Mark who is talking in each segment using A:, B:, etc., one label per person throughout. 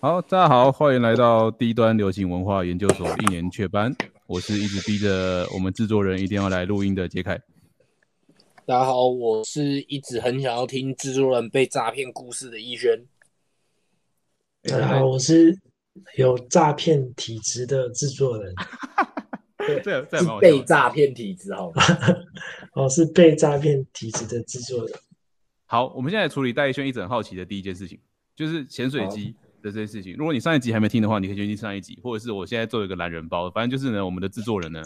A: 好，大家好，欢迎来到低端流行文化研究所一年雀班，我是一直逼着我们制作人一定要来录音的杰凯。
B: 大家好，我是一直很想要听制作人被诈骗故事的逸轩。
C: 大家好，我是有诈骗体质的制作人，
A: 这这这蛮好笑
B: 被
A: 的。
B: 诈骗体质好吗？
C: 我哦是被诈骗体质的制作人。
A: 好，我们现在处理戴一轩一直很好奇的第一件事情，就是潜水机的这件事情。如果你上一集还没听的话，你可以去听上一集，或者是我现在做一个懒人包，反正就是呢，我们的制作人呢，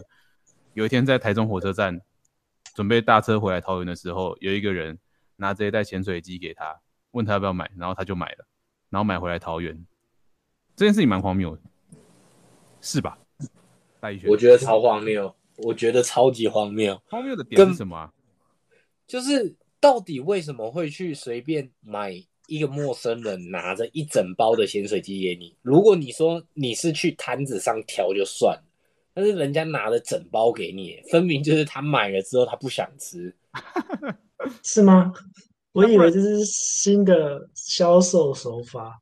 A: 有一天在台中火车站准备搭车回来桃园的时候，有一个人拿着一袋潜水机给他，问他要不要买，然后他就买了，然后买回来桃园，这件事情蛮荒谬的，是吧？戴一轩，
B: 我觉得超荒谬，我觉得超级荒谬。
A: 荒谬的点是
B: 跟
A: 什么啊？
B: 就是到底为什么会去随便买一个陌生人拿着一整包的咸水鸡给你？如果你说你是去摊子上挑就算了，但是人家拿了整包给你，分明就是他买了之后他不想吃。
C: 是吗？我以
A: 不然
C: 为这是新的销售手法，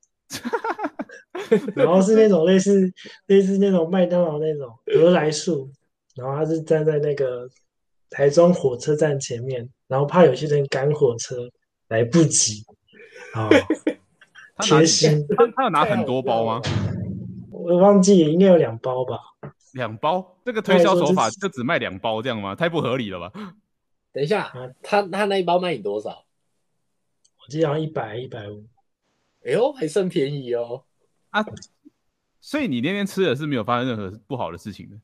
C: 然后是那种类似类似那种麦当劳那种鹅来树，然后他是站在那个台中火车站前面，然后怕有些人赶火车来不及，哦，
A: 他拿
C: 贴心，
A: 他他有拿很多包吗？
B: 啊
C: 我忘记应该有两包吧。
A: 两包，这个推销手法就只卖两包这样吗？太不合理了吧！
B: 等一下
C: 啊，
B: 他他那一包卖你多少？
C: 我记得好像一百一百五，
B: 哎呦，还算便宜哦。
A: 啊，所以你那天吃的是没有发生任何不好的事情的。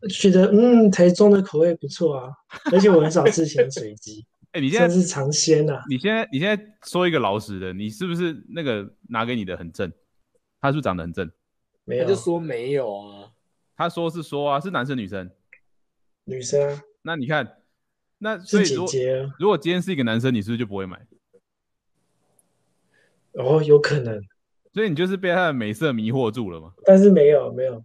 C: 我觉得嗯，台中的口味不 错啊，而且我很少吃咸水鸡，
A: 哎、 你现
C: 算
A: 在
C: 是尝鲜啊。
A: 你现在你现在说一个老实的，你是不是那个拿给你的很正？他是不是长得很正？
C: 没
B: 他
C: 有
B: 就说没有啊，
A: 他说是说啊，是男生女生？
C: 女生啊
A: 那你看，那所
C: 是
A: 以
C: 姐
A: 如果
C: 姐啊，
A: 如果今天是一个男生，你是不是就不会买？
C: 哦，有可能，
A: 所以你就是被他的美色迷惑住了嘛？
C: 但是没有没有，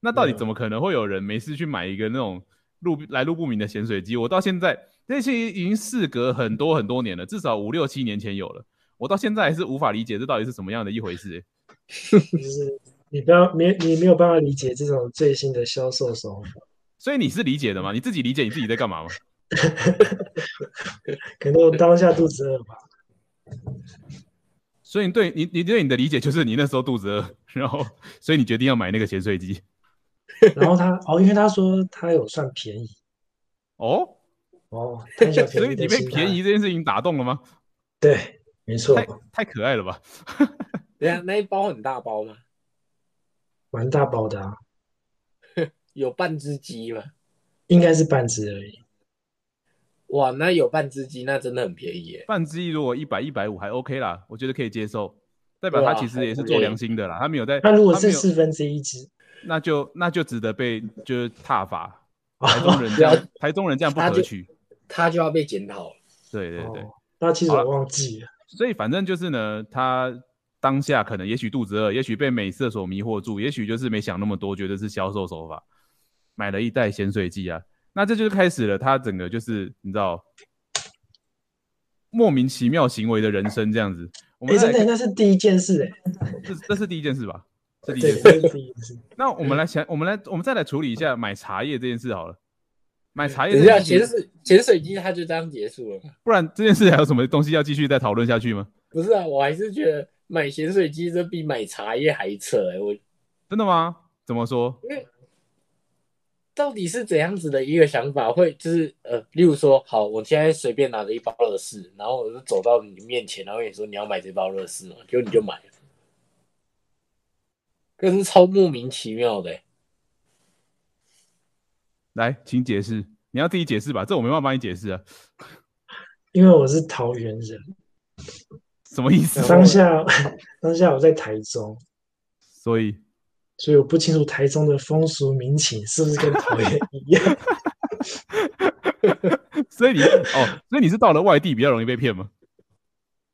A: 那到底
C: 没有
A: 怎么可能会有人没事去买一个那
C: 啊
A: 种路来路不明的咸水鸡？我到现在，这些已经事隔很多很多年了，至少五六七年前有了，我到现在还是无法理解这到底是什么样的一回事、欸
C: 就是你不要没你没有办法理解这种最新的销售手法，
A: 所以你是理解
C: 嗯
A: 的吗？你自己理解你自己在干嘛吗？
C: 可能我当下肚子饿 吧，
A: 所以你对你你对你的理解就是你那时候肚子饿，然后所以你决定要买那个咸水鸡
C: 然后他哦，因为他说他有算便宜
A: 哦，
C: 哦，贪 小
A: 所
C: 便
A: 以
C: 宜
A: 你
C: 的
A: 被
C: 心态，
A: 便宜这件事情打动了吗？
C: 对，没错，
A: 太太可爱了吧！
B: 等一 下啊那一包很大包吗？
C: 蛮大包的啊，
B: 有半只鸡吗？
C: 应该是半只而已，
B: 哇，那有半只鸡，那真的很便宜耶。
A: 半只一如果一百一百五还 OK 啦，我觉得可以接受，代表他
B: 对啊
A: 其实也是
B: 还
A: 做
B: 可以
A: 良心的啦，他没有在
C: 那如果
A: 他
C: 是
A: 没有
C: 四分之一只，
A: 那就那就值得被就是踏伐。
C: 哦
A: 台中人这
B: 了
A: 样，台中人这样不
B: 他
A: 可
B: 就
A: 取。
B: 他就要被检讨了。
A: 对对对，
C: 哦，那其实
A: 好
C: 我
A: 了
C: 忘记了。
A: 所以反正就是呢，他当下可能也许肚子饿，也许被美色所迷惑住，也许就是没想那么多，觉得是销售手法，买了一袋咸水鸡啊。那这就开始了他整个就是你知道莫名其妙行为的人生这样子。我
C: 哎、
A: 们
C: 真
A: 来
C: 的，那是第一件事哎、
A: 这这是第一件事吧？这是第一件事。
C: 对，那是第一件事。
A: 那我们来想，我们来我们再来处理一下买茶叶这件事好了。买茶
C: 哎
A: 叶
B: 等
A: 这
B: 一下，
A: 件事
B: 潜水潜水机它就这样结束了吗？
A: 不然这件事还有什么东西要继续再讨论下去吗？
B: 不是啊，我还是觉得买潜水机这比买茶叶还扯哎、我
A: 真的吗？怎么说？
B: 到底是怎样子的一个想法？会就是呃，例如说，好，我现在随便拿着一包乐事，然后我就走到你面前，然后跟你说你要买这包乐事嘛，结果你就买了，可是超莫名其妙的、欸。
A: 来，请解释。你要自己解释吧，这我没办法帮你解释啊。
C: 因为我是桃园 人，
A: 什么意思？
C: 当下 当下我在台中，
A: 所以
C: 所以我不清楚台中的风俗民情是不是跟桃园一 样。
A: 所以你哦，所以你是到了外地比较容易被骗吗？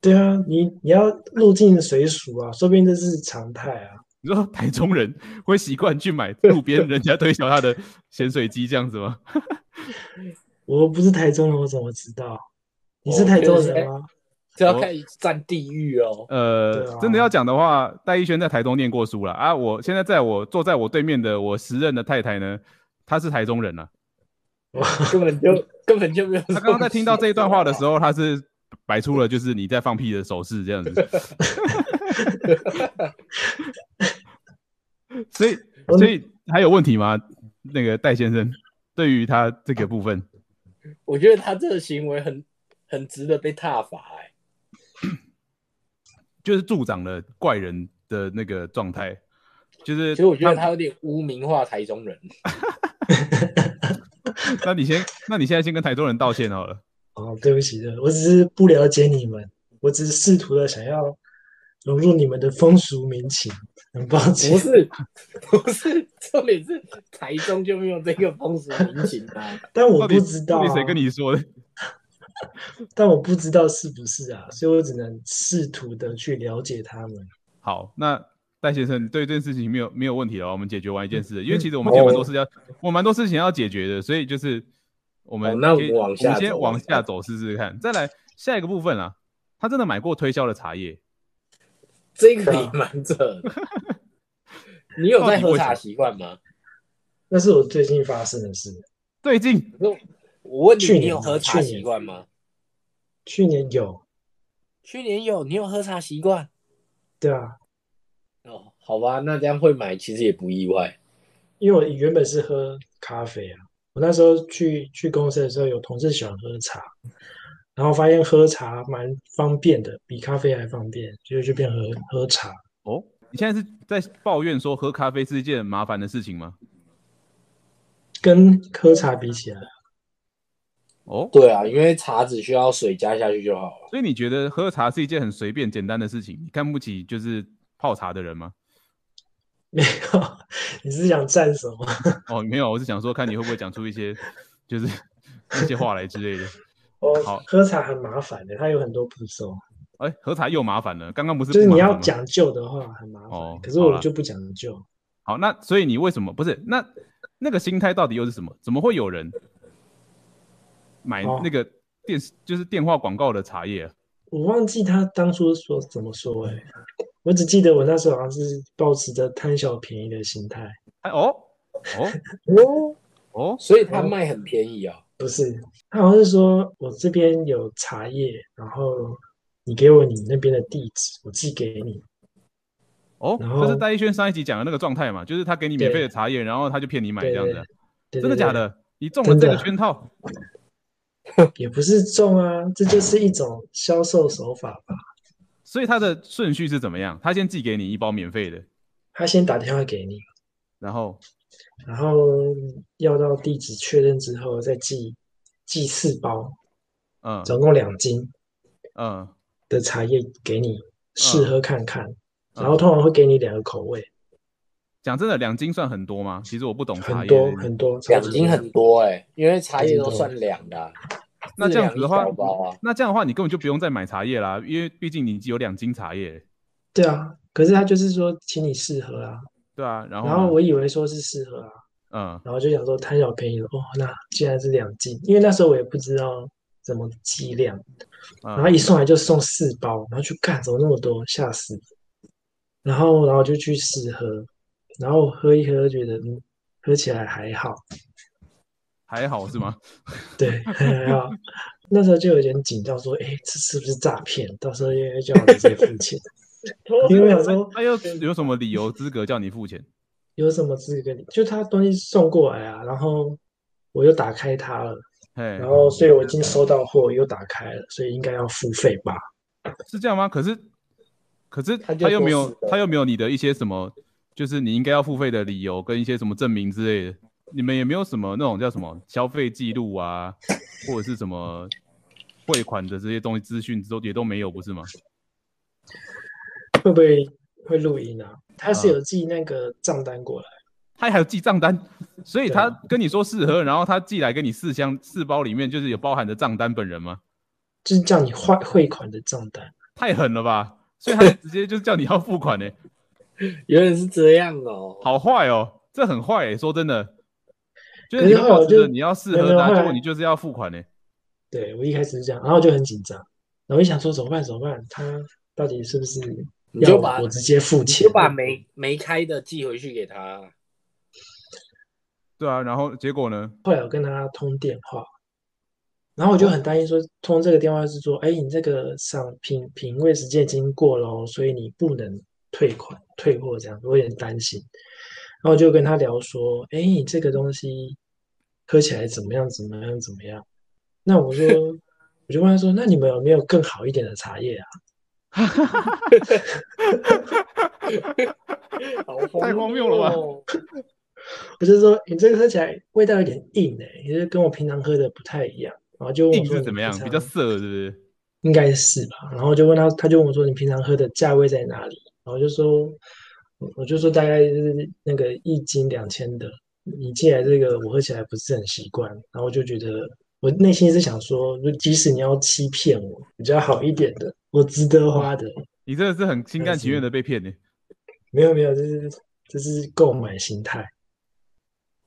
C: 对啊，你你要入境随俗啊，说不定这是常态啊。
A: 你说台中人会习惯去买路边人家推销他的咸水鸡这样子吗？
C: 我不是台中人，我怎么知道？你是
B: 哦
C: 台中
B: 原来
A: 哎
C: 人吗？
B: 这
A: 哦
B: 要看占地域哦。
A: 呃，
C: 对啊
A: 真的要讲的话，戴逸轩在台东念过书了啊。我现在在我坐在我对面的我时任的太太呢，她是台中人啊。
B: 根本就根本就没有。
A: 她刚刚在听到这一段话的时候，她是摆出了就是你在放屁的手势这样子。 所以，所以还有问题吗？那个戴先生，对于他这个部分，
B: 我觉得他这个行为很很值得被挞伐、哎，
A: 就是助长了怪人的那个状态，就是
B: 其实我觉得他有点污名化台 中人。
A: 那你先，那你现在先跟台中人道歉好了。
C: 哦，对不起，对不起我只是不了解你们，我只是试图的想要融入你们的风俗民情，很抱歉
B: 不。是，不是，重点是台中就没有这个风俗民情啊。
C: 但我
A: 到底
C: 不知道、
A: 到
C: 啊
A: 底，谁跟你说的？
C: 但我不知道是不是啊，所以我只能试图的去了解他们。
A: 好，那戴先生，你对这件事情没有没有问题了，我们解决完一件
B: 嗯
A: 事，因为其实我们有蛮多事
B: 哦
A: 要，我蛮多事情要解决的，所以就是我们
B: 哦那
A: 可以
B: 我往下
A: 们先
B: 走
A: 往下走试试看，再来下一个部分啦。他真的买过推销的茶叶，
B: 这个
A: 啊
B: 也蛮扯的。你有在喝茶习惯吗？
C: 那是我最近发生的事，
A: 最近
B: 可是我问
C: 去
B: 你，
C: 年
A: 啊
B: 你有喝茶习惯吗？
C: 去年有，
B: 去年有，你有喝茶习惯
C: 对啊，
B: 哦？好吧，那这样会买其实也不意外。
C: 因为我原本是喝咖啡啊，我那时候去去公司的时候，有同事喜欢喝茶，然后发现喝茶蛮方便的，比咖啡还方便，就就变喝喝茶。
A: 哦，你现在是在抱怨说喝咖啡是一件麻烦的事情吗？
C: 跟喝茶比起来，
A: 哦，
B: 对啊，因为茶只需要水加下去就好了。
A: 所以你觉得喝茶是一件很随便简单的事情？你看不起就是泡茶的人吗？
C: 没有， 你是想占什么？
A: 哦，没有，我是想说看你会不会讲出一些就是一些话来之类的。好
C: 哦，喝茶很麻烦的，它有很多步骤，
A: 哎，喝茶又麻烦了，刚刚不是
C: 就是
A: 不
C: 你
A: 麻烦
C: 要
A: 吗。
C: 讲究的话很麻烦，
A: 哦
C: 可是
A: 好
C: 我
A: 啦
C: 就不讲究。
A: 好，那所以你为什么不是那那个心态到底又是什么？怎么会有人买
C: 哦
A: 那个电视、就是电话广告的茶叶、啊？
C: 我忘记他当初说怎么说哎、我只记得我那时候好像是抱持着贪小便宜的心态，
A: 哎哦哦
B: 哦，
A: 哦，
B: 所以它卖很便宜啊、
C: 不是，他好像是说我这边有茶叶，然后你给我你那边的地址，我寄给你。
A: 哦，
C: 然
A: 这
C: 后
A: 是戴一轩上一集讲的那个状态嘛，就是他给你免费的茶叶，然后他就骗你买这
C: 对
A: 样
C: 对
A: 子啊，
C: 对
A: 真的
C: 对
A: 假
C: 对？
A: 的？你中了
C: 真
A: 这
C: 的
A: 个圈套，
C: 也不是中啊，这就是一种销售手法吧。
A: 所以他的顺序是怎么样？他先寄给你一包免费的，
C: 他先打电话给你，
A: 然后
C: 然后要到地址确认之后再寄寄四包，
A: 嗯
C: 总共两斤
A: 嗯，
C: 的茶叶给你试喝看看，
A: 嗯
C: 然后通常会给你两个口味，
A: 讲真的，两斤算很多吗？其实我不懂茶
C: 很
A: 叶
C: 多
A: 的
C: 很多，
B: 两
C: 超级
B: 斤
C: 多
B: 很多哎、因为茶叶都算两的、啊。
A: 那这样子的话
B: 四两一小包啊，
A: 那这样的话，你根本就不用再买茶叶啦，因为毕竟你有两斤茶叶，
C: 对啊，可是他就是说请你试喝啊，
A: 对啊。然后
C: 然
A: 呢，
C: 后我以为说是试喝啊，
A: 嗯
C: 然后就想说贪小便宜了，哦，那既然是两斤，因为那时候我也不知道怎么计量，然后
A: 嗯，
C: 一送来就送四包，然后去干怎么那么多，吓死！然后然后就去试喝，然后喝一喝觉得嗯，喝起来还好，
A: 还好 是吗？
C: 对，还好。那时候就有点紧张，说，哎，这是不是诈骗？到时候又要叫我直接付钱，因为我想说
A: 他又有什么理由资格叫你付钱？
C: 有什么资格？就他东西送过来啊，然后我又打开它了，
A: 嘿
C: 然，后所以我已经收到货，又打开了，所以应该要付费吧？
A: 是这样吗？可是，可是
B: 他就
A: 他又没
B: 说
A: 有
B: 是的，
A: 他又没有你的一些什么，就是你应该要付费的理由跟一些什么证明之类的。你们也没有什么那种叫什么消费记录啊，或者是什么汇款的这些东西资讯都也都没有，不是吗？
C: 会不会会录音啊？他是有寄那个账单过来，
A: 他还有记账单， 所以
C: 对
A: 他
C: 啊
A: 跟你说适合，然后他寄来给你四箱四包里面就是有包含的账单本人吗？
C: 就是叫你汇汇款的账单。
A: 太狠了吧！所以他直接就叫你要付 款呢、欸
B: 原来是这样哦。
A: 好坏哦，这很坏、欸。说真的，就是
C: 可
A: 你
C: 是
A: 都
C: 后来
A: 抱
C: 我
A: 持着
C: 就
A: 你要适欸
C: 没有
A: 合
C: 没有
A: 他，
C: 后来
A: 结果你就是要付款呢、
C: 对我一开始是这样，然后就很紧张，然后就想说怎么办？怎么办？他到底是不是
B: 你
C: 要
B: 就把
C: 我直接付
B: 你
C: 钱
B: 就？把没没开的寄回去给他。啊
A: 对啊，然后结果呢？
C: 后来我跟他通电话，然后我就很担心说，通这个电话是说，哎，你这个赏品品味时间已经过了哦，所以你不能退款退货这样，我有点担心。然后我就跟他聊说，哎，你这个东西喝起来怎么样？怎么样？怎么样？那我说， 我就问他说，那你们有没有更好一点的茶叶啊？
A: 太荒谬了吧
B: 吧！
C: 我就说，你这个喝起来味道有点硬哎、欸，就是跟我平常喝的不太一样。然后就问我
A: 硬
C: 说
A: 是
C: 你
A: 怎么
C: 平
A: 样？比较
C: 常
A: 涩是不是？
C: 应该是吧。然后就问他，他就问我说：“你平常喝的价位在哪里？”然后就说，我我就说大概就是那个一斤两千的。你寄来这个，我喝起来不是很习惯。然后我就觉得，我内心是想说，就即使你要欺骗我，比较好一点的，我值得花的。
A: 你真的是很心
C: 但
A: 甘情愿
C: 是
A: 的被骗呢。欸
C: 没有没有，这是这是购买心态。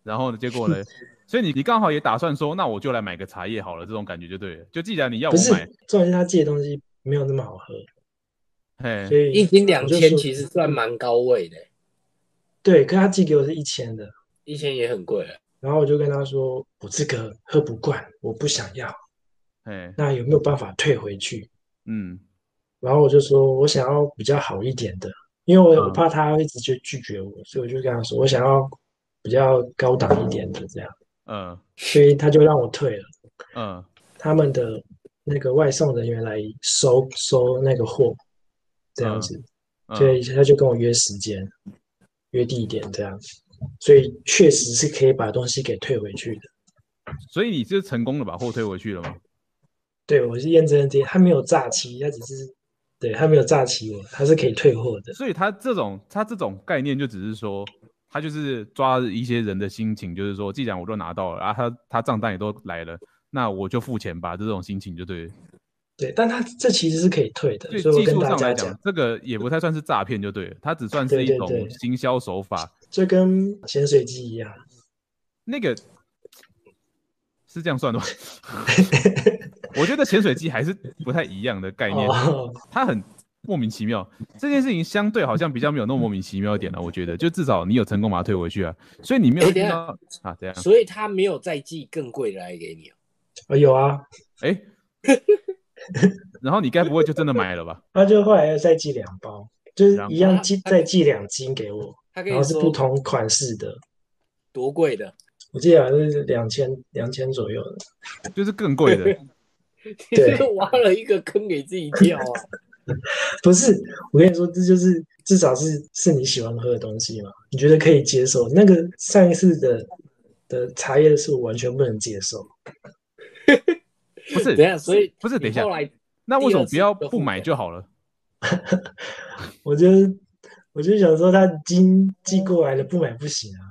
A: 然后呢，结果呢？ 所以你你刚好也打算说，那我就来买个茶叶好了，这种感觉就对了。就既然你要我
C: 不是
A: 买，，
C: 重点是他寄的东西没有那么好喝，
A: 嘿
C: 所，以
B: 一斤两
C: 我就
B: 千
C: 说
B: 其实算蛮高位
A: 嗯
B: 的，
C: 对，可是他寄给我是一千的，
B: 一千也很贵了。
C: 然后我就跟他说，我这个喝不惯，我不想要，
A: 嘿，
C: 那有没有办法退回去？
A: 嗯，
C: 然后我就说我想要比较好一点的，因为我
A: 嗯
C: 我怕他会直接拒绝我，所以我就跟他说我想要比较高档一点的这样，
A: 呃，
C: 所以他就让我退了。
A: 呃，
C: 他们的那个外送人员来收收那个货，这样子，
A: 呃
C: 所以他就跟我约时间、约地点这样，所以确实是可以把东西给退回去的。
A: 所以你是成功的把货推回去了吗？
C: 对，我是验证了这些，他没有诈欺，他只是对他没有诈欺我，他是可以退货的。
A: 所以他这种他这种概念就只是说，他就是抓一些人的心情，就是说，既然我都拿到了，啊，他他账单也都来了，那我就付钱吧，这种心情就对了。
C: 对，但他这其实是可以退的，
A: 对
C: 所以我
A: 技
C: 跟
A: 术
C: 大
A: 上
C: 家
A: 来
C: 讲
A: 讲，，这个也不太算是诈骗，就对了，它只算是
C: 对
A: 一
C: 对
A: 种
C: 对
A: 行销手法。
C: 就跟潜水机一样，
A: 那个是这样算的吗？ 我觉得潜水机还是不太一样的概念，
C: 哦，
A: 它很莫名其妙。这件事情相对好像比较没有那么莫名其妙一
B: 嗯
A: 点了、啊我觉得就至少你有成功把它推回去啊，所以你没有
B: 哎等
A: 听
B: 一下
A: 到啊？怎样？
B: 所以他没有再寄更贵的来给你哦。
C: 哦有啊，
A: 哎， 然后你该不会就真的买了吧？
C: 他就后来又再寄两包，就是
A: 然后
C: 一样寄
A: 啊
C: 再寄两斤给我，
B: 他跟
C: 然
B: 你
C: 后是不
B: 说
C: 同款式的，
B: 多贵的，
C: 我记得好像是两千两千左右的，
A: 就是更贵 的
B: 你 是挖了一个坑给自己跳啊！
C: 不是，我跟你说，这就是至少是是你喜欢喝的东西嘛，你觉得可以接受。那个上一次的的茶叶是我完全不能接受，
A: 不
B: 等 一
A: 是？
B: 下，所以
A: 不是等一下
B: 你后来
A: 那为什么不要
B: 第二次就
A: 不买就好了？
C: 我就我就想说他经寄过来了，不买不行啊。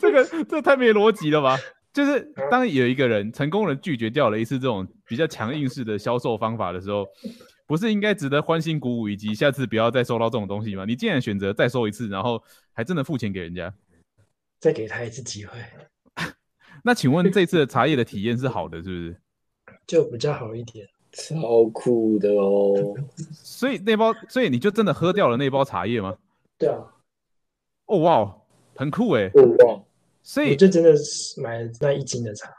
A: 这个这太没逻辑了吧？就是当有一个人成功的拒绝掉了一次这种比较强硬式的销售方法的时候，不是应该值得欢欣鼓舞以及下次不要再收到这种东西吗？你竟然选择再收一次，然后还真的付钱给人家，
C: 再给他一次机会，
A: 那请问这次的茶叶的体验是好的，是不是？
C: 就比较好一点。
B: 超酷的哦，
A: 所以那包，所以你就真的喝掉了那包茶叶吗？
C: 对啊，
A: 哦哇哦，很酷诶。
B: 哇！
A: 所
C: 我
A: 以
C: 就真的是买了那一斤的茶，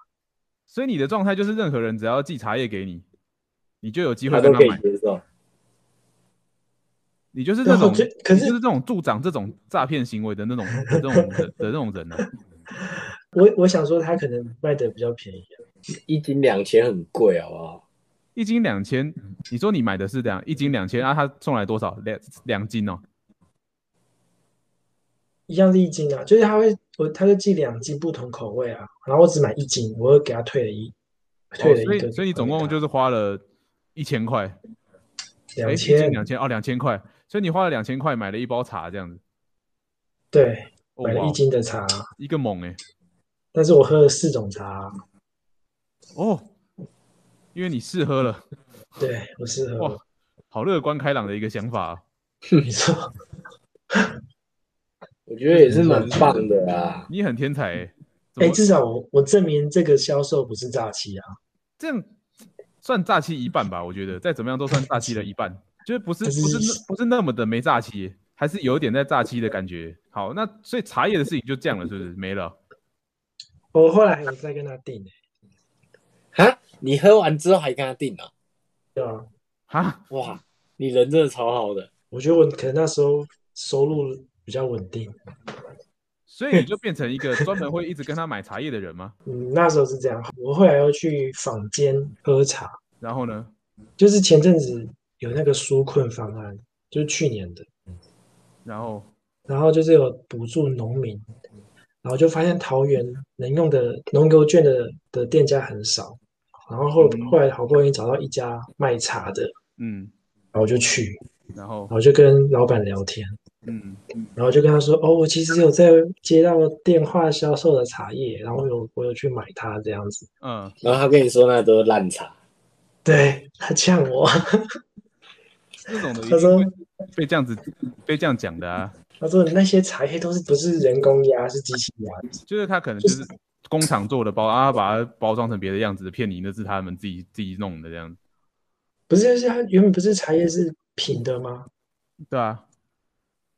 A: 所以你的状态就是，任何人只要寄茶叶给你，你就有机
B: 他
A: 会
B: 都
A: 跟他
B: 可以
A: 买，
B: 接受。
A: 你就是这
C: 然后
A: 种
C: 就，可
A: 你
C: 是
A: 就是这种助长这种诈骗行为的那种的这种人的那种人啊呢、
C: 我我想说他可能卖的比较便宜啊，
B: 一斤两千很贵，好不好？
A: 一斤两千，你说你买的是两一斤两千，啊，他送来多少？两两斤哦，
C: 一样是一斤啊，就是他会我他就寄两斤不同口味啊，然后我只买一斤，我又给他退了一退
A: 哦
C: 了
A: 所
C: 一个口味给他、
A: 以所以你总共就是花了一千块，哎，
C: 两
A: 一斤
C: 千，
A: 两千哦，两千块，所以你花了两千块买了一包茶这样子，
C: 对，
A: 哦
C: 买
A: 哇
C: 了一，斤的茶，
A: 一个猛哎、
C: 但是我喝了四种茶，
A: 哦，因为你试喝了，
C: 对我是喝
A: 哇，好乐观开朗的一个想法、啊，
C: 你说
B: 我觉得也是蛮棒的啊啦。
A: 你很天才哎、怎
C: 哎、
A: 么
C: 至少我我证明这个销售不是诈欺啊，
A: 这样算诈欺一半吧，我觉得再怎么样都算诈欺的一半，就是不是不是那不是那么的没诈欺，还是有一点在诈欺的感觉。好，那所以茶叶的事情就这样了，是不是没了？
C: 我后来还有再跟他订呢、
B: 啊，你喝完之后还跟他订啊？
C: 对啊，
A: 啊？
B: 哇，你人真的超好的。
C: 我觉得我可能那时候收入比较稳定，
A: 所以你就变成一个专门会一直跟他买茶叶的人吗？
C: 嗯，那时候是这样。我后来又去坊间喝茶，
A: 然后呢？
C: 就是前阵子有那个纾困方案，就是去年的，
A: 然后
C: 然后就是有补助农民，然后就发现桃园能用的农油券的的店家很少，然后后后来好不容易找到一家卖茶的，
A: 嗯，
C: 然后我就去，
A: 然后
C: 然后就跟老板聊天，
A: 嗯嗯
C: 然后就跟他说，哦，我其实有在接到电话销售的茶叶，然后有我有去买它这样子，
A: 嗯，
B: 然后他跟你说那都是烂茶，
C: 对他呛我，
A: 这种的一
C: 他
A: 定
C: 说
A: 会被这样子被这样讲的啊，
C: 他说那些茶叶都是不是人工压，是机器压的，
A: 就是他可能就是工厂做的包啊，把它包装成别的样子骗你，那是他们自己自己弄的这样子，
C: 不是就是它原本不是茶叶是品的吗？
A: 对啊，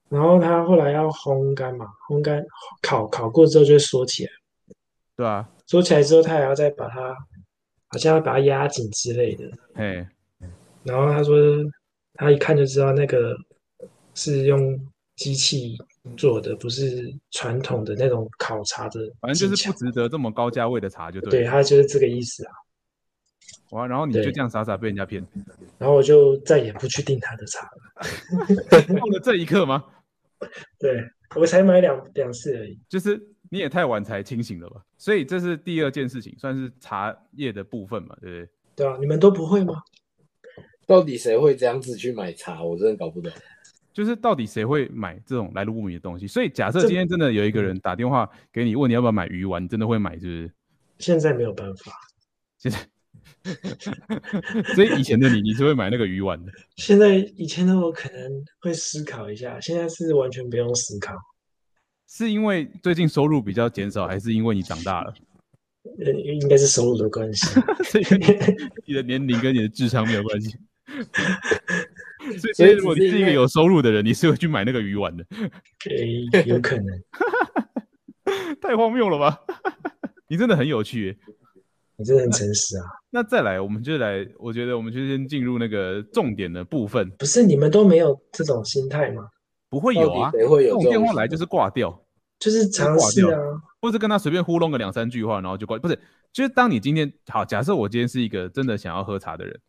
C: 然后它后来要烘干嘛，烘干烤烤过之后就会缩起来，
A: 对啊，
C: 缩起来之后它还要再把它，好像要把它压紧之类的。
A: 嘿，
C: 然后他说他一看就知道那个是用机器做的，不是传统的那种烤茶的
A: 反正
C: 技
A: 就是
C: 巧
A: 不。值得这么高价位的茶就对
C: 对，
A: 了，
C: 他就是这个意思啊。
A: 哇，然后你就这样傻傻被人家骗，
C: 然后我就再也不去订他的茶了。
A: 到了这一刻吗？
C: 对我才买两两次而已。
A: 就是你也太晚才清醒了吧？所以这是第二件事情，算是茶叶的部分嘛，对不对？
C: 对啊，你们都不会吗？
B: 到底谁会这样子去买茶？我真的搞不懂。
A: 就是到底谁会买这种来路不明的东西？所以假设今天真的有一个人打电话给你问你要不要买鱼丸，你真的会买是不是？
C: 现在没有办法，
A: 现在， 所以以前的你你是会买那个鱼丸的，
C: 现在以前的我可能会思考一下，现在是完全不用思考。
A: 是因为最近收入比较减少，还是因为你长大了？
C: 呃，应该是收入的关系。
A: 所以跟 你你的年龄跟你的智商没有关系。所以，
B: 所
A: 所
B: 以
A: 以如果
B: 只是
A: 你是一
B: 因
A: 个
B: 为
A: 有收入的人，你是会去买那个鱼丸的，
C: 诶、有可能。
A: 太荒谬了吧？ 你真的很有趣耶、
C: 你真的很诚实啊！
A: 那再来，我们就来，我觉得我们就先进入那个重点的部分，
C: 不是你们都没有这种心态吗？
A: 不会有啊
B: 到底，谁会
A: 这
B: 有
A: 种
B: 这
A: 电
B: 种
A: 话来就是挂掉，
C: 就是尝试啊，
A: 或是跟他随便糊弄个两三句话，然后就挂。不是，就是当你今天好，假设我今天是一个真的想要喝茶的人，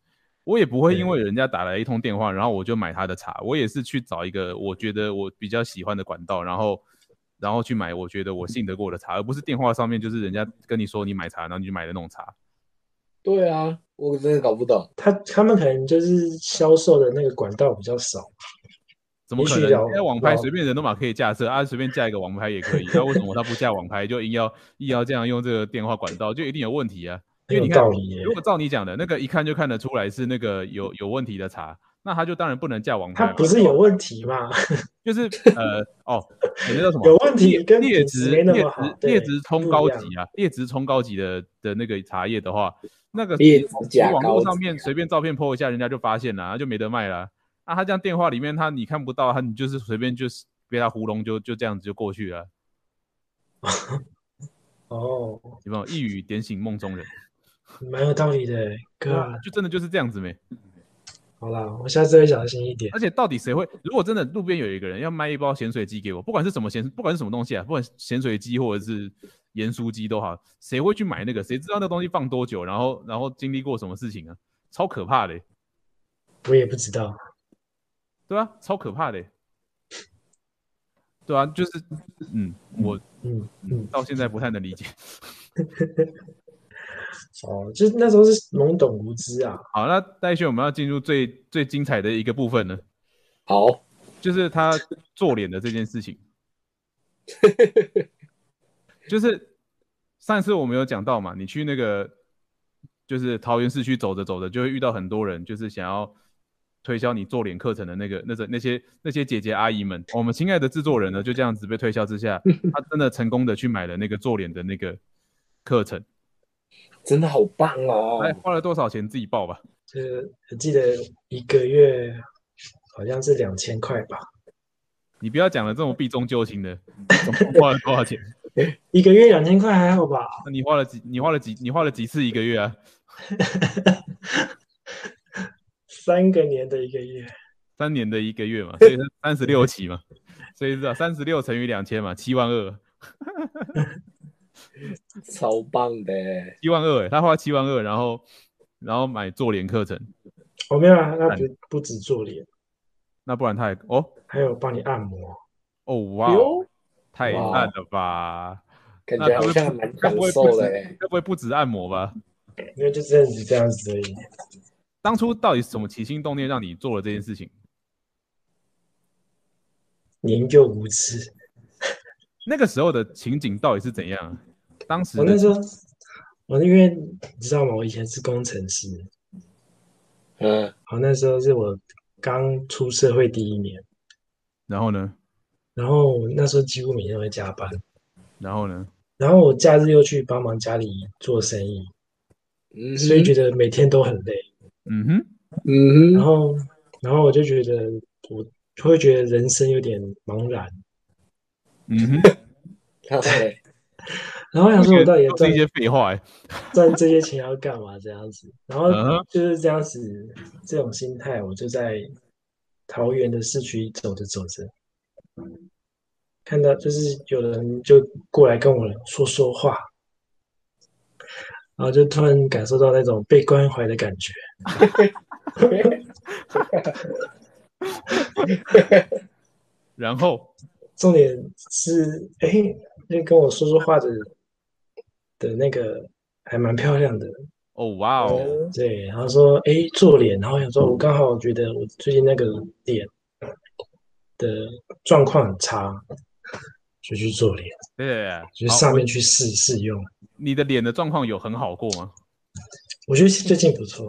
A: 我也不会因为人家打来一通电话，然后我就买他的茶，我也是去找一个我觉得我比较喜欢的管道，然后然后去买我觉得我信得过的茶，而不是电话上面就是人家跟你说你买茶，然后你就买的那种茶。
B: 对啊，我真的搞不懂。
C: 他他们可能就是销售的那个管道比较少，
A: 怎么可能？
C: 也许有
A: 现在网拍
C: 有
A: 随便人都嘛可以架设啊，随便架一个网拍也可以。啊那为什么他不架网拍，就硬要硬要这样用这个电话管道，就一定有问题啊？因为
C: 很有
A: 你看
C: 道，理耶
A: 如。果照你讲的那个，一看就看得出来是那个有有问题的茶，那他就当然不能架网拍
C: 他
A: 嘛。
C: 不是有问题 嘛？
A: 就是 呃哦，那叫什么？
C: 有问题
A: 劣
C: 跟
A: 劣
C: 品
A: 质
C: 质没那
A: 劣
C: 么好
A: 质
C: 对
A: 劣质冲高
C: 不
A: 级啊，劣质冲高级的的那个茶叶的话，那个
B: 劣质
A: 你
B: 假
A: 网
B: 高
A: 络
B: 级
A: 上
C: 啊
A: 面随便照片 po 一下，人家就发现了、啊，就没得卖了啊。那、他这样电话里面他你看不到，他你就是随便就是被他糊弄就就这样子就过去了，
C: 哦，
A: 有没有？一语点醒梦中人，
C: 蛮有道理的耶，哥啊。
A: 就真的就是这样子没。
C: 好啦，我下次会小心一点。
A: 而且到底谁会？如果真的路边有一个人要卖一包咸水鸡给我，不管是什么咸，不管是什么东西啊，不管是咸水鸡或者是盐酥鸡都好，谁会去买那个？谁知道那东西放多久？然后然后经历过什么事情啊？超可怕的欸、
C: 我也不知道，
A: 对啊，超可怕的欸、对啊，就是嗯，我
C: 嗯
A: 嗯到现在不太能理解。
C: 哦，就是那时候是懵懂无知啊。
A: 好，那戴轩，我们要进入最最精彩的一个部分呢，
B: 好，
A: 就是他做脸的这件事情。就是上一次我们有讲到嘛，你去那个就是桃园市区走着走着，就会遇到很多人，就是想要推销你做脸课程的那个那个那些那些姐姐阿姨们。我们亲爱的制作人呢，就这样子被推销之下，他真的成功的去买了那个做脸的那个课程。
B: 真的好棒哦！
A: 哎，花了多少钱自己报吧。
C: 就是我记得一个月好像是两千块吧，
A: 你不要讲了这种避重就轻的，总共花了多少钱？
C: 一个月两千块还好吧？
A: 那你花了几？你花了几？你花了几次一个月啊？
C: 三个年的一个月，
A: 三年的一个月嘛，所以是三十六期嘛，所以是吧？三十六乘以两千嘛，七万二，
B: 超棒的，
A: 七万二，欸他花七万二，然后然后买做脸课程，
C: 我、没有啊，那不不止做脸，
A: 那不然他还哦
C: 还有帮你按摩，
A: 哦哇哦，
B: 哟，
A: 太
B: 哎哇
A: 烂了吧？
B: 感
A: 那该
B: 觉
A: 不
B: 好
A: 会
B: 像
A: 不
B: 蛮
A: 该
B: 享
A: 不会不
B: 受
A: 止
B: 的欸。
A: 该不会不止按摩吧？
C: 因为就这样子这样子而已。
A: 当初到底是什么起心动念让你做了这件事情？
C: 年幼无知，
A: 那个时候的情景到底是怎样啊？当时
C: 我
A: 的
C: 哦那时候，我因为你知道吗？我以前是工程师，
B: 嗯，
C: 我那时候是我刚出社会第一年，
A: 然后呢？
C: 然后我那时候几乎每天都在加班，
A: 然后呢？
C: 然后我假日又去帮忙家里做生意，
B: 嗯哼
C: 所以觉得每天都很累。
A: 嗯哼，
B: 嗯
C: 然
B: 哼，
C: 后，然后我就觉得我会觉得人生有点茫然，
A: 嗯哼，
B: 然后嘞
C: 然后我想说我到底
A: 都
C: 赚
A: 是一些废话哎、
C: 赚这些钱要干嘛这样子，然后
A: 嗯哼
C: 就是这样子这种心态，我就在桃园的市区走着走着，看到就是有人就过来跟我说说话，然后就突然感受到那种被关怀的感觉，
A: 然后，
C: 重点是，哎，那跟我说说话的的那个还蛮漂亮的，
A: 哦哇哦，
C: 对，然后说，哎，做脸，然后想说，我刚好觉得我最近那个脸的状况很差，就去做脸，
A: 对，
C: 就
A: 好
C: 上面去试试用。
A: 你的脸的状况有很好过吗？
C: 我觉得最近不错，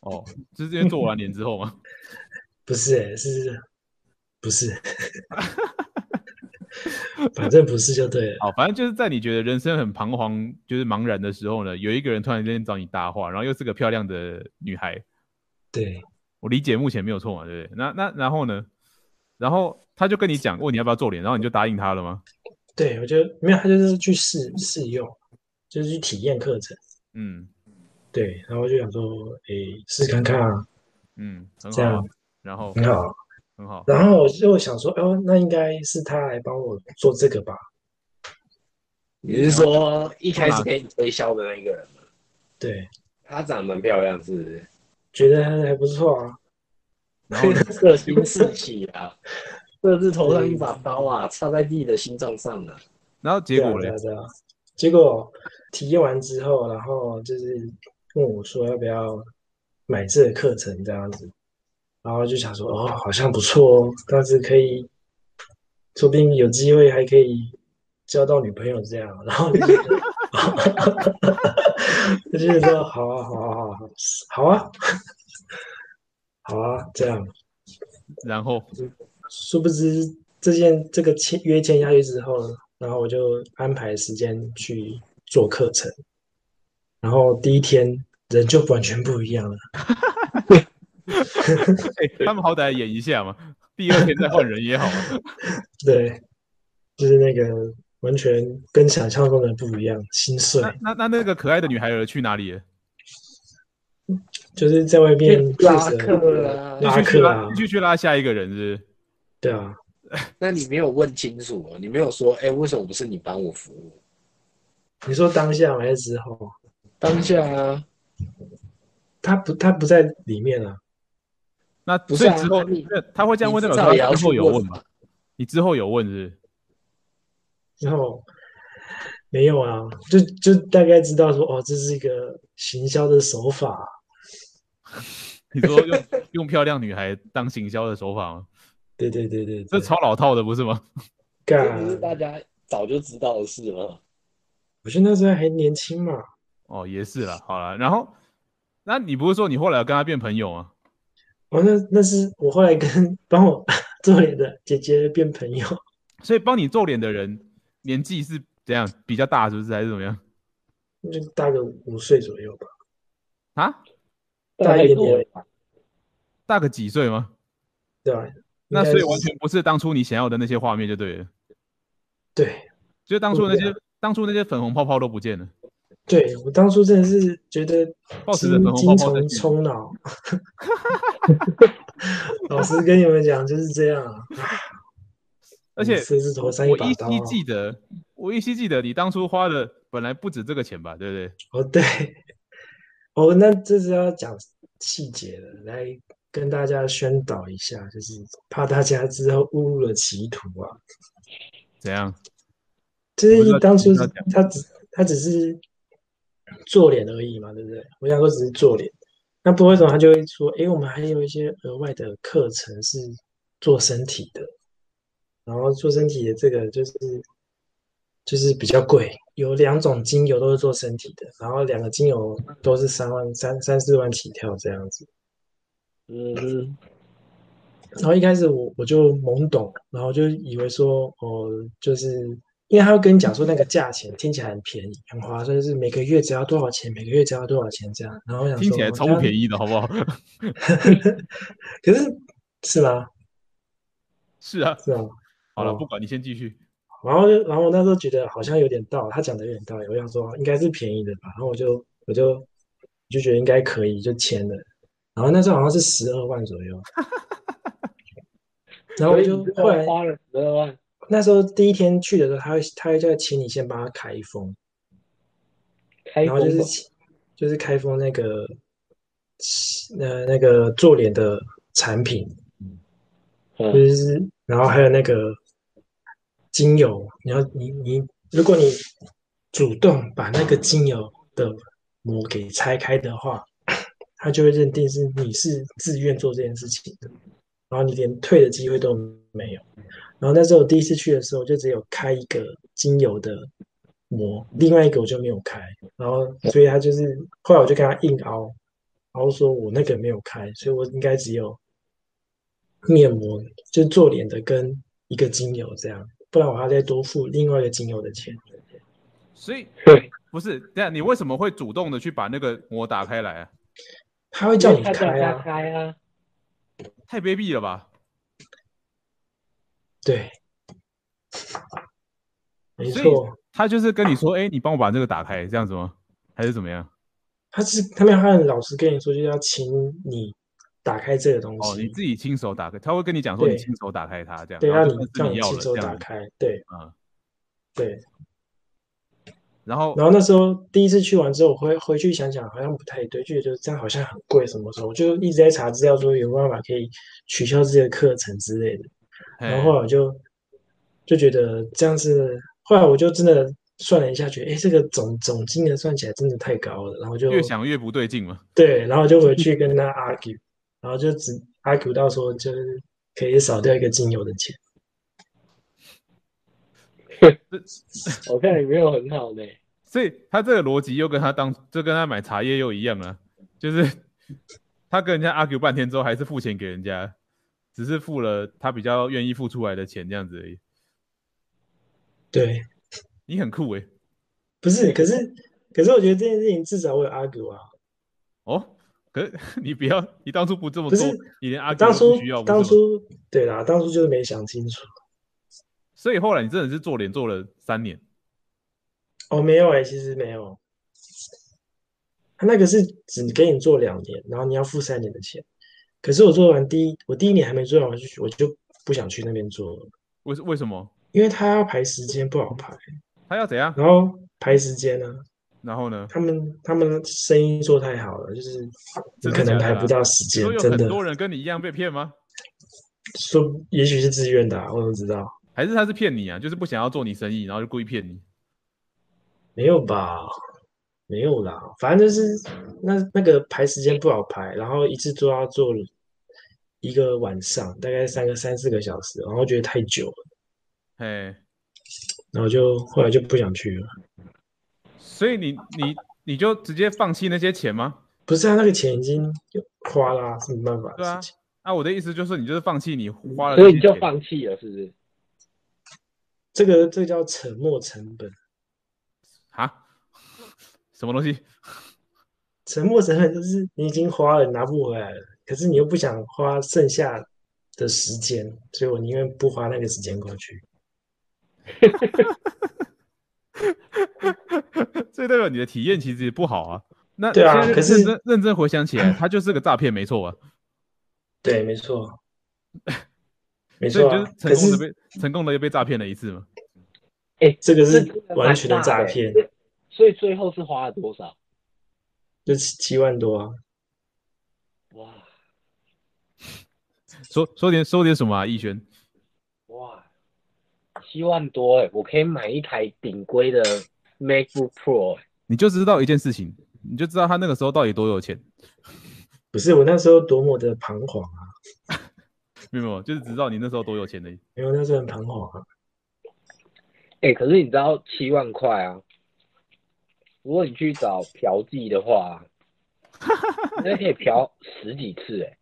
A: 哦，就是因为做完脸之后吗？
C: 不是、诶是不是？ 反正不是就 对了。
A: 好，哦反正就是在你觉得人生很彷徨、就是茫然的时候呢，有一个人突然间找你搭话，然后又是个漂亮的女孩，
C: 对，
A: 我理解目前没有错嘛，对不对？那那然后呢？然后他就跟你讲，问你要不要做脸，然后你就答应他了吗？
C: 对，我觉得没有，他就是去试试用，就是去体验课程。
A: 嗯
C: 对，然后我就想说，哎，试试看看啊，
A: 嗯，很
C: 这
A: 好啊
C: 样，
A: 然后
C: 很好。啊
A: 很好，
C: 然后我就想说，哦，那应该是他来帮我做这个吧？
B: 你是说一开始给你推销的那一个人吗？
C: 对，
B: 她长得蛮漂亮，是不是？
C: 觉得还不错啊。
A: 然后呢
B: 色心四起啊，各自头上一把刀
C: 嗯
B: 啊，插在自己的心脏上啊。
A: 然后结果
C: 对
A: 嘞，
C: 啊对啊对啊结果体验完之后，然后就是问我说要不要买这个课程这样子，然后就想说，哦，好像不错哦，但是可以，说不定有机会还可以交到女朋友这样。然后就觉得我就觉 得好啊，好啊，好啊，好啊，好啊，这样。
A: 然后
C: 殊不知这件这个签约签下去之后，然后我就安排时间去做课程，然后第一天人就完全不一样了。
A: 哎、他们好歹演一下嘛，第二天再换人也好嘛。
B: 嗯
C: 对，就是那个完全跟想象中的不一样，心碎，
B: 嗯
A: 那那那那个可爱的女孩儿去哪里了？
C: 就是在外面
B: 拉
C: 负责
B: 客啊，
A: 继
C: 拉
A: 续去
C: 客啊
A: 拉，继续去拉下一个人是
C: 对啊，
B: 那你没有问清楚哦，你没有说，哎、为什么不是你帮我服务？
C: 你说当下还是之后？
B: 当下啊，
C: 他不，他不在里面啊。
A: 不
B: 不
A: 是？
B: 是
A: 那所
B: 啊
A: 以之后
B: 那你
A: 那他会这样问，代
B: 你
A: 表
B: 至少也
A: 他
B: 要
A: 之后
B: 去
A: 有问嘛？
B: 吧？
A: 你之后有问是不是？
C: 然后没有啊，就就大概知道说，哦，这是一个行销的手法，
A: 你说 用用漂亮女孩当行销的手法吗？
C: 对对对对，
A: 这
C: 对
A: 超老套的不是吗？
B: 这
C: 干
B: 不是大家早就知道的事吗？
C: 我觉得那时候还年轻嘛，
A: 哦，也是啦，好了，然后那你不是说你后来有跟他变朋友吗？
C: 我、哦那那是我后来跟帮我 做脸的姐姐变朋友，
A: 所以帮你做脸的人年纪是怎样比较大，是不是还是怎么样？
C: 就大个五岁左右吧，
A: 啊，
C: 大一点
B: 多
C: 点，
A: 大个几岁吗？
C: 对吧？
A: 那
C: 应该
A: 所以
C: 是
A: 完全不是当初你想要的那些画面就对了，
C: 对
A: 就是当初
C: 不
A: 那
C: 一
B: 啊
A: 些当初那些粉红泡泡都不见了，
C: 对，我当初真的是觉得
A: 抱持着
C: 精
A: 粉红
C: 精
A: 泡泡在
C: 虫
A: 洗
C: 充脑。老实跟你们讲，就是这样啊。
A: 而且
C: 狮子头上
A: 我
C: 把
A: 依
C: 刀啊。
A: 稀记得，我依稀记得你当初花的本来不止这个钱吧，对不对？
C: 哦，对，哦，那这是要讲细节了，来跟大家宣导一下，就是怕大家之后误入了歧途啊。
A: 怎样？
C: 就是
A: 我知道
C: 一当初
A: 我知道
C: 他只他只是做脸而已嘛，对不对？我想说只是做脸，那不为什么他就会说，诶，我们还有一些额外的课程是做身体的，然后做身体的这个就是就是比较贵，有两种精油都是做身体的，然后两个精油都是三万三三四万起跳这样子。
B: 嗯哼，
C: 然后一开始我我就懵懂，然后就以为说，哦，就是因为他会跟你讲说那个价钱听起来很便宜，很划算，就是每个月只要多少钱，每个月只要多少钱这样。然后我想
A: 听起来超不便
C: 宜，
A: 宜的好不好？
C: 可是是吗？
A: 是啊，
C: 是吗？
A: 好了，
C: 哦
A: 不管你先继续。
C: 然后就，然后我那时候觉得好像有点道理，他讲的有点道理，我想说应该是便宜的吧，然后我就我就我就觉得应该可以，就签了。然后那时候好像是十二万左 右，然
B: 所
C: 后我
B: 以
C: 就
B: 你最
C: 后来
B: 后花了十二万，
C: 那时候第一天去的时候，他会他会叫请你先帮他开封，
B: 开
C: 然后就是
B: 工
C: 请就是开封那个呃那个做脸的产品，
B: 嗯
C: 就是然后还有那个精油，你要你你如果你主动把那个精油的膜给拆开的话，他就会认定是你是自愿做这件事情的，然后你连退的机会都没有。然后那时候我第一次去的时候，我就只有开一个精油的膜，另外一个我就没有开。然后所以他就是后来我就跟他硬凹，然后说我那个没有开，所以我应该只有面膜，就是做脸的跟一个精油这样，不然我还要再多付另外一个精油的钱。
A: 所以
B: 对
A: 不是，等一下你为什么会主动的去把那个膜打开来啊？
C: 他会叫你
B: 因为他叫
C: 开
B: 他
C: 啊，
B: 开啊，
A: 太卑鄙了吧！
C: 对，没
A: 所以
C: 错。
A: 他就是跟你说，哎、你帮我把这个打开，这样子吗？还是怎么样？
C: 他是他们还很老实跟你说，就是要请你打开这个东
A: 哦，你
C: 西，
A: 自己亲手打开，他会跟你讲说你
C: 对
A: 亲手打开它，这样，
C: 对，
A: 然
C: 让
A: 后
C: 你
A: 就
C: 让
A: 是
C: 你
A: 要
C: 亲
A: 了
C: 手
A: 这
C: 打
A: 样子，
C: 开，对
A: 嗯，
C: 对。
A: 然后
C: 然后那时候第一次去完之后，我回回去想想，好像不太对，就觉得这样好像很贵，什么时候我就一直在查资料，说有没有办法可以取消这个课程之类的。然后
A: 嘿
C: 后来我就就觉得这样子，后来我就真的算了一下，觉得哎，诶这个总总金额算起来真的太高了，然后就
A: 越想越不对劲嘛。
C: 对，然后就回去跟他 argue，然 后就只 argue 到说就是可以少掉一个精油的钱。
B: 好像也没有很好呢。
A: 所以他这个逻辑又跟他当就跟他买茶叶又一样啊，就是 他跟人家 argue 半天之后，还是付钱给人家，只是付了他比较愿意付出来的钱这样子而已。
C: 对，
A: 你很酷诶、欸
C: 不是，可是可是我觉得这件事情至少我有 argue 啊，
A: 哦，可是 你不要，你当初不这么
C: 不是
A: 做，你连 argue
C: 当
A: 都
C: 初
A: 不需要，不
C: 当
A: 是吗？
C: 初对啦，当初就是没想清楚。
A: 所以后来你真的是做脸做了三年，
C: 哦，没有哎、其实没有，他那个是只给你做两年，然后你要付三年的钱。可是我做完第一，我第一年还没做完，我就我就不想去那边做了，
A: 为为什么？
C: 因为他要排时间不好排，
A: 他要怎样？
C: 然后排时间呢、
A: 然后呢？
C: 他们他们生意做太好了，就是你
A: 真的
C: 可能
A: 假的
C: 排
A: 啊
C: 不到时
A: 你
C: 间
A: 说，有
C: 真
A: 很
C: 的
A: 多人跟你一样被骗吗？
C: 说也许是自愿的、啊，我怎么知道？
A: 还是他是骗你啊？就是不想要做你生意，然后就故意骗你？
C: 没有吧？没有啦，反正就是那那个排时间不好排，然后一次都要做一个晚上，大概三个三四个小时，然后觉得太久了，
A: 嘿，
C: 然后就后来就不想去了。
A: 所以你你你就直接放弃那些钱吗？
C: 不是啊，那个钱已经花啦、是没办法的
A: 对啊
C: 事情。
A: 啊，我的意思就是，你就是放弃你花
C: 啊
A: 了，
B: 所以你就，放弃了，是不是？
C: 这个这个叫沉没成本，
A: 啊？什么东西？
C: 沉没成本就是你已经花了拿不回来了，可是你又不想花剩下的时间，所以我宁愿不花那个时间过去。
A: 所以代表你的体验其实不好啊。那
C: 对啊
A: 现在
C: 可是
A: 认真认真回想起来，它就是个诈骗，没错啊。
C: 对，没 错，没
A: 所以
C: 错
A: 你就
C: 啊、
A: 是成
C: 可
A: 功的
C: 是
A: 被成功的又被诈骗了一次嘛。
C: 这个
B: 这
C: 是
B: 真的
C: 完全的
B: 蛮大
C: 诈
B: 的
C: 骗，
B: 欸所以最后是花了多少？
C: 就七七万多啊。
B: 哇
A: 说说点说点什么啊，逸轩？
B: 哇，七万多哎、我可以买一台顶规的 MacBook Pro 哎、
A: 你就知道一件事情，你就知道他那个时候到底多有钱。
C: 不是我那时候多么的彷徨啊，
A: 没有没有，就是知道你那时候多有钱的。
C: 因为我那时候很彷徨啊。
B: 哎、可是你知道七万块啊？如果你去找嫖妓的话，那可以嫖十几次哎、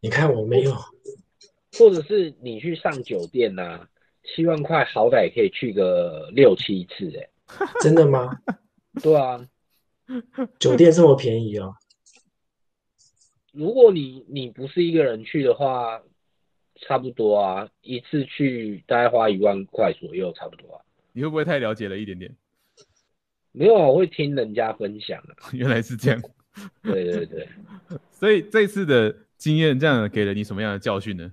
C: 你看我没 有，
B: 或者是你去上酒店呐、啊，七万块好歹也可以去个六七次哎、
C: 真的吗？
B: 对啊，
C: 酒店这么便宜哦？
B: 如果你你不是一个人去的话，差不多啊，一次去大概花一万块左右，差不多啊。
A: 你会不会太了解了一点点？
B: 没有啊，我会听人家分享 啊。
A: 原来是这样。
B: 对对对，
A: 所以这次的经验，这样给了你什么样的教训呢？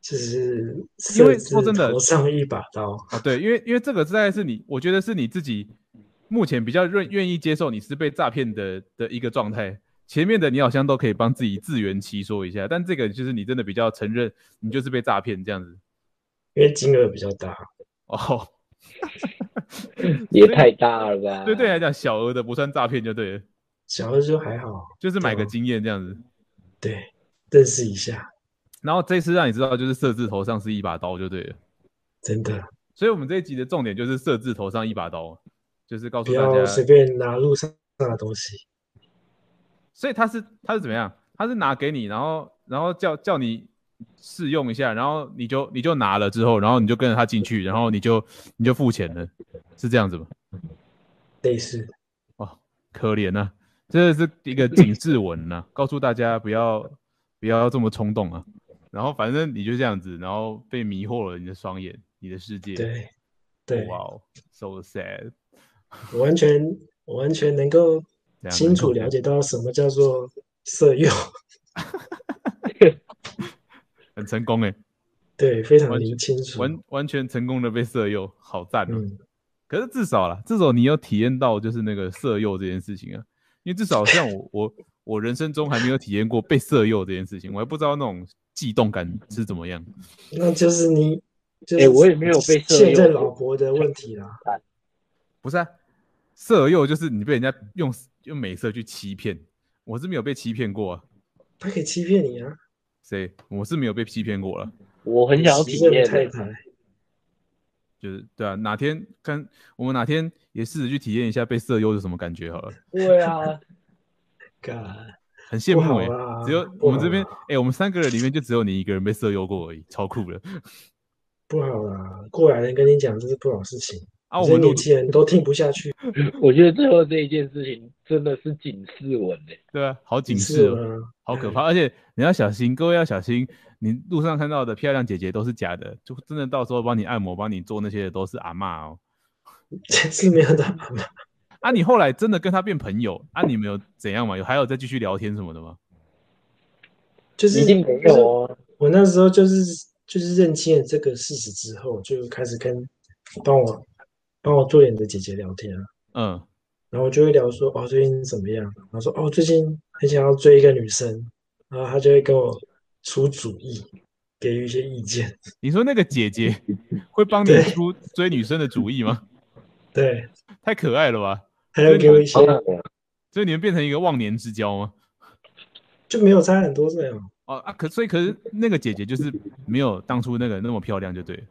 C: 就是
A: 因为
C: 设置
A: 说真的
C: 头上一把刀，
A: 啊，对，因为因为这个实在是你，我觉得是你自己目前比较愿愿意接受你是被诈骗的的一个状态。前面的你好像都可以帮自己自圆其说一下，但这个就是你真的比较承认你就是被诈骗这样子
C: 因为金额比较大。
A: 哦。
B: 也太大了吧？
A: 对对你来讲，小额的不算诈骗就对了，
C: 小的时候还好，
A: 就是买个
C: 哦
A: 经验这样子。
C: 对，认识一下，
A: 然后这次让你知道，就是设置头上是一把刀就对了。
C: 真的
A: 所以我们这一集的重点就是设置头上一把刀，就是告
C: 不
A: 诉大家
C: 要，随便拿路上的东西。
A: 所以他是他是怎么样？他是拿给你，然后然后叫叫你试用一下，然后你就你就拿了之后，然后你就跟着他进去，然后你就你就付钱了，是这样子吗？
C: 类似，
A: 可怜呐、这是一个警示文呐、啊告诉大家不要不要这么冲动啊。然后反正你就这样子，然后被迷惑了你的双眼，你的世界。哦
C: 对，对，
A: 哇、哦 s o sad。
C: 我完全我完全能够
A: 这样
C: 清楚
A: 很
C: 了解到什么叫做色诱，
A: 很成功哎、
C: 对，非常
A: 完
C: 理清楚。
A: 完完全成功的被色诱，好赞哦、
C: 嗯，
A: 可是至少啦，至少你有体验到就是那个色诱这件事情啊，因为至少像 我我我人生中还没有体验过被色诱这件事情，我还不知道那种悸动感是怎么样。
C: 那就是你，就是
B: 哎我也没有被色诱
C: 现任老婆的问题啦。
A: 不是啊，色诱就是你被人家用用美色去欺骗，我是没有被欺骗过啊，
C: 他可以欺骗你啊，
A: 谁？我是没有被欺骗过了。
B: 我很想要体验
C: 太
B: 的。
C: 太，
A: 就是对啊，哪天看我们哪天也试着去体验一下被色诱是什么感觉好了，
B: 对啊，
C: God，
A: 很羡慕
C: 不好
A: 哎、
C: 啦
A: 只有
C: 不
A: 我们这
C: 好
A: 边
C: 啦
A: 哎、我们三个人里面就只有你一个人被色诱过而已，超酷的
C: 不好啦，过来人跟你讲这是不好事情，
A: 啊！
C: 有
A: 我
C: 些
A: 们录
C: 年轻人都听不下去，
B: 我觉得最后这一件事情真的是警示文诶、
A: 对啊，好警
C: 你
A: 示
C: 是
A: 哦、
C: 吗？
A: 好可怕！而且你要小心，各位要小心，你路上看到的漂亮姐姐都是假的，就真的到时候帮你按摩、帮你做那些的都是阿嬷哦。
C: 是没有打嘛？
A: 啊，你后来真的跟她变朋友啊？你们有怎样嘛？有还有再继续聊天什么的吗？
C: 就是
B: 一定没
C: 就是
B: 有哦。
C: 我那时候就是就是认清了这个事实之后，就开始跟帮我帮我做脸的姐姐聊天啊，
A: 嗯，
C: 然后我就会聊说哦最近怎么样，然后说哦最近很想要追一个女生，然后她就会跟我出主意，给予一些意见。
A: 你说那个姐 姐会帮你
C: 对
A: 出追女生的主意吗？
C: 对，
A: 太可爱了吧！
C: 她就给我一些
B: 好啦好啦
A: 所以你们变成一个忘年之交吗？
C: 就没有差很多这样，
A: 哦啊，可所以可是那个姐姐就是没有当初那个那么漂亮，就对了。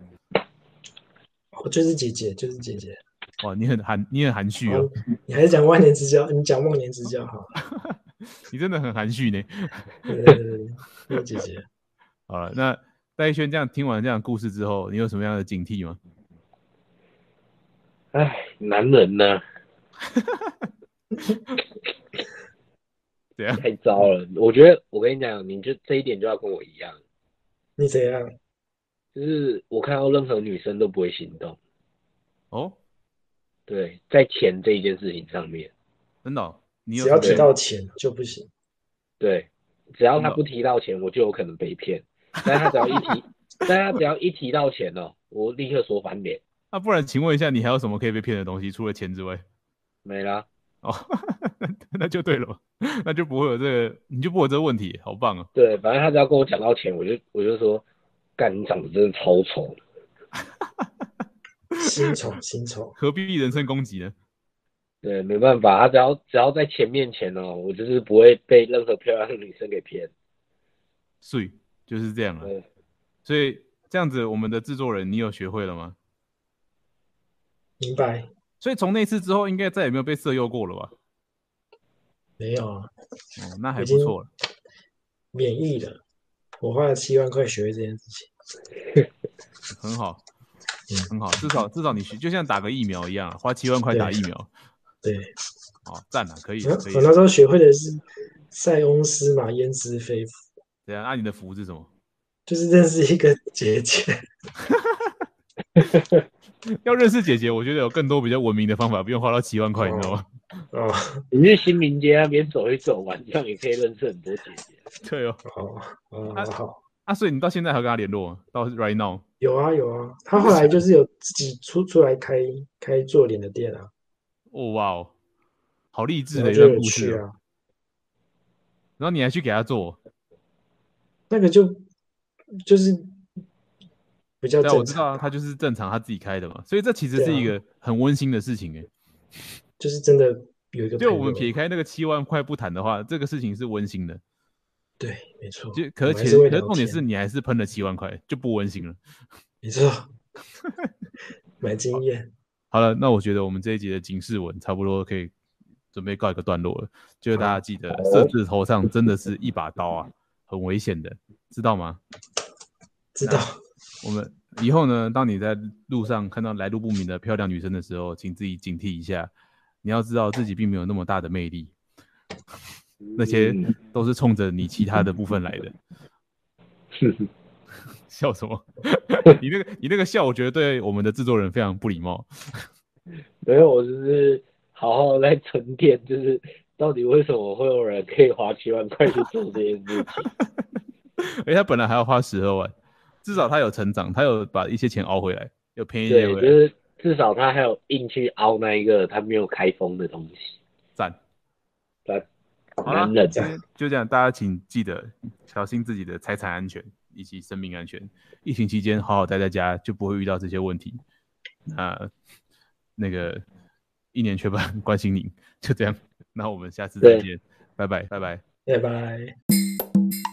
C: 哦就是姐姐就是姐姐。
A: 哦，你很含你很含蓄哦
C: 哦，你还是讲万年之交，你讲忘年之交好了。
A: 你真的很含蓄呢。
C: 对对对对，没有姐姐。
A: 好了，那戴一轩这样听完这样的故事之后，你有什么样的警惕吗？
B: 唉，男人 呢？
A: 怎
C: 啊
A: 样？
B: 太糟了！我觉得，我跟你讲，你就这一点就要跟我一样，
C: 你怎样？
B: 就是我看到任何女生都不会心动。
A: 哦，
B: 对，在钱这一件事情上面，
A: 真的哦、你有
C: 只要
A: 什么
C: 提到钱就不行。
B: 对，只要
A: 真
B: 他
A: 的哦
B: 不提到钱，我就有可能被骗。但他只要一提，但他只要一提到钱哦，我立刻说翻脸，
A: 那、不然请问一下，你还有什么可以被骗的东西？除了钱之外，
B: 没啦。
A: 哦， 那就对了嘛， 那就不会有这个，你就不会有这个问题，好棒哦！
B: 对，反正他只要跟我讲到钱，我就我就说，干，你长得真的超丑。
C: 新宠新宠，
A: 何必人身攻击呢？
B: 对，没办法，他只要只要在钱面前哦，我就是不会被任何漂亮的女生给骗。
A: 所以就是这样了。
B: 对，
A: 所以这样子，我们的制作人，你有学会了吗？
C: 明白？
A: 所以从那次之后，应该再也没有被色诱过了吧？
C: 没有啊，
A: 哦，那还
C: 已
A: 不
C: 经
A: 错了。
C: 免疫了。我花了七万块学会这件事情，
A: 很好
C: 嗯，
A: 很好，至少至少你学，就像打个疫苗一样，啊花七万块打疫苗，
C: 对，
A: 好赞啊，可以
C: 我
A: 可以
C: 我。那时候学会的是塞翁失马焉知非福，
A: 对啊，那你的福是什么？
C: 就是认识一个姐姐。
A: 要认识姐姐，我觉得有更多比较文明的方法，不用花到七万块，你知道吗？
C: 哦
B: 你去新民街那边走一走，晚上也可以认识很多姐姐。
A: 对哦，
C: 哦
A: 啊
C: 哦，好，
A: 啊，所以你到现在还有跟她联络吗？到 right now，
C: 有啊有啊，他后来就是有自己出出来开开做脸的店啊，
A: 哦哇哦，好励志
C: 然
A: 的
C: 后
A: 一
C: 就
A: 段
C: 有
A: 故
C: 去
A: 事哦。
C: 啊，
A: 然后你还去给她做，
C: 那个就就是比较
A: 对啊，我
C: 正
A: 知道
C: 常，
A: 啊，她就是正常她自己开的嘛，所以这其实是
C: 对啊
A: 一个很温馨的事情哎。
C: 就是真的有一个
A: 就
C: 朋
A: 啊我们
C: 友
A: 撇开那个七万块不谈的话，这个事情是温馨的。
C: 对，没错，
A: 就可
C: 我
A: 是钱，
C: 们还是
A: 可是
C: 会聊
A: 重点
C: 天
A: 是你还是喷了七万块，就不温馨了。
C: 没错，买经验，
A: 好了，那我觉得我们这一集的警示文差不多可以准备告一个段落了。就是大家记得，色字头上真的是一把刀啊，很危险的，知道吗？
C: 知道
A: 我们以后呢，当你在路上看到来路不明的漂亮女生的时候，请自己警惕一下。你要知道自己并没有那么大的魅力，那些
B: 嗯
A: 都是冲着你其他的部分来的。 笑什么？你那个你那个笑，我觉得对我们的制作人非常不礼貌。
B: 没有，我就是好好在沉淀，就是到底为什么会有人可以花七万块去做这件 事情？
A: 而且他本来还要花十二万，至少他有成长，他有把一些钱熬回来，有便宜一点
B: 对，
A: 回
B: 就
A: 来，
B: 是至少他还有硬去凹那一个他没有开封的东西。
A: 赞。
B: 他
A: 好啦
B: 男人
A: 今天就这样，大家请记得小心自己的财产安全以及生命安全。疫情期间好好待在家，就不会遇到这些问题。那那个一年缺班关心您，就这样。那我们下次再
B: 对
A: 见，拜拜，拜拜。
C: 哎拜拜。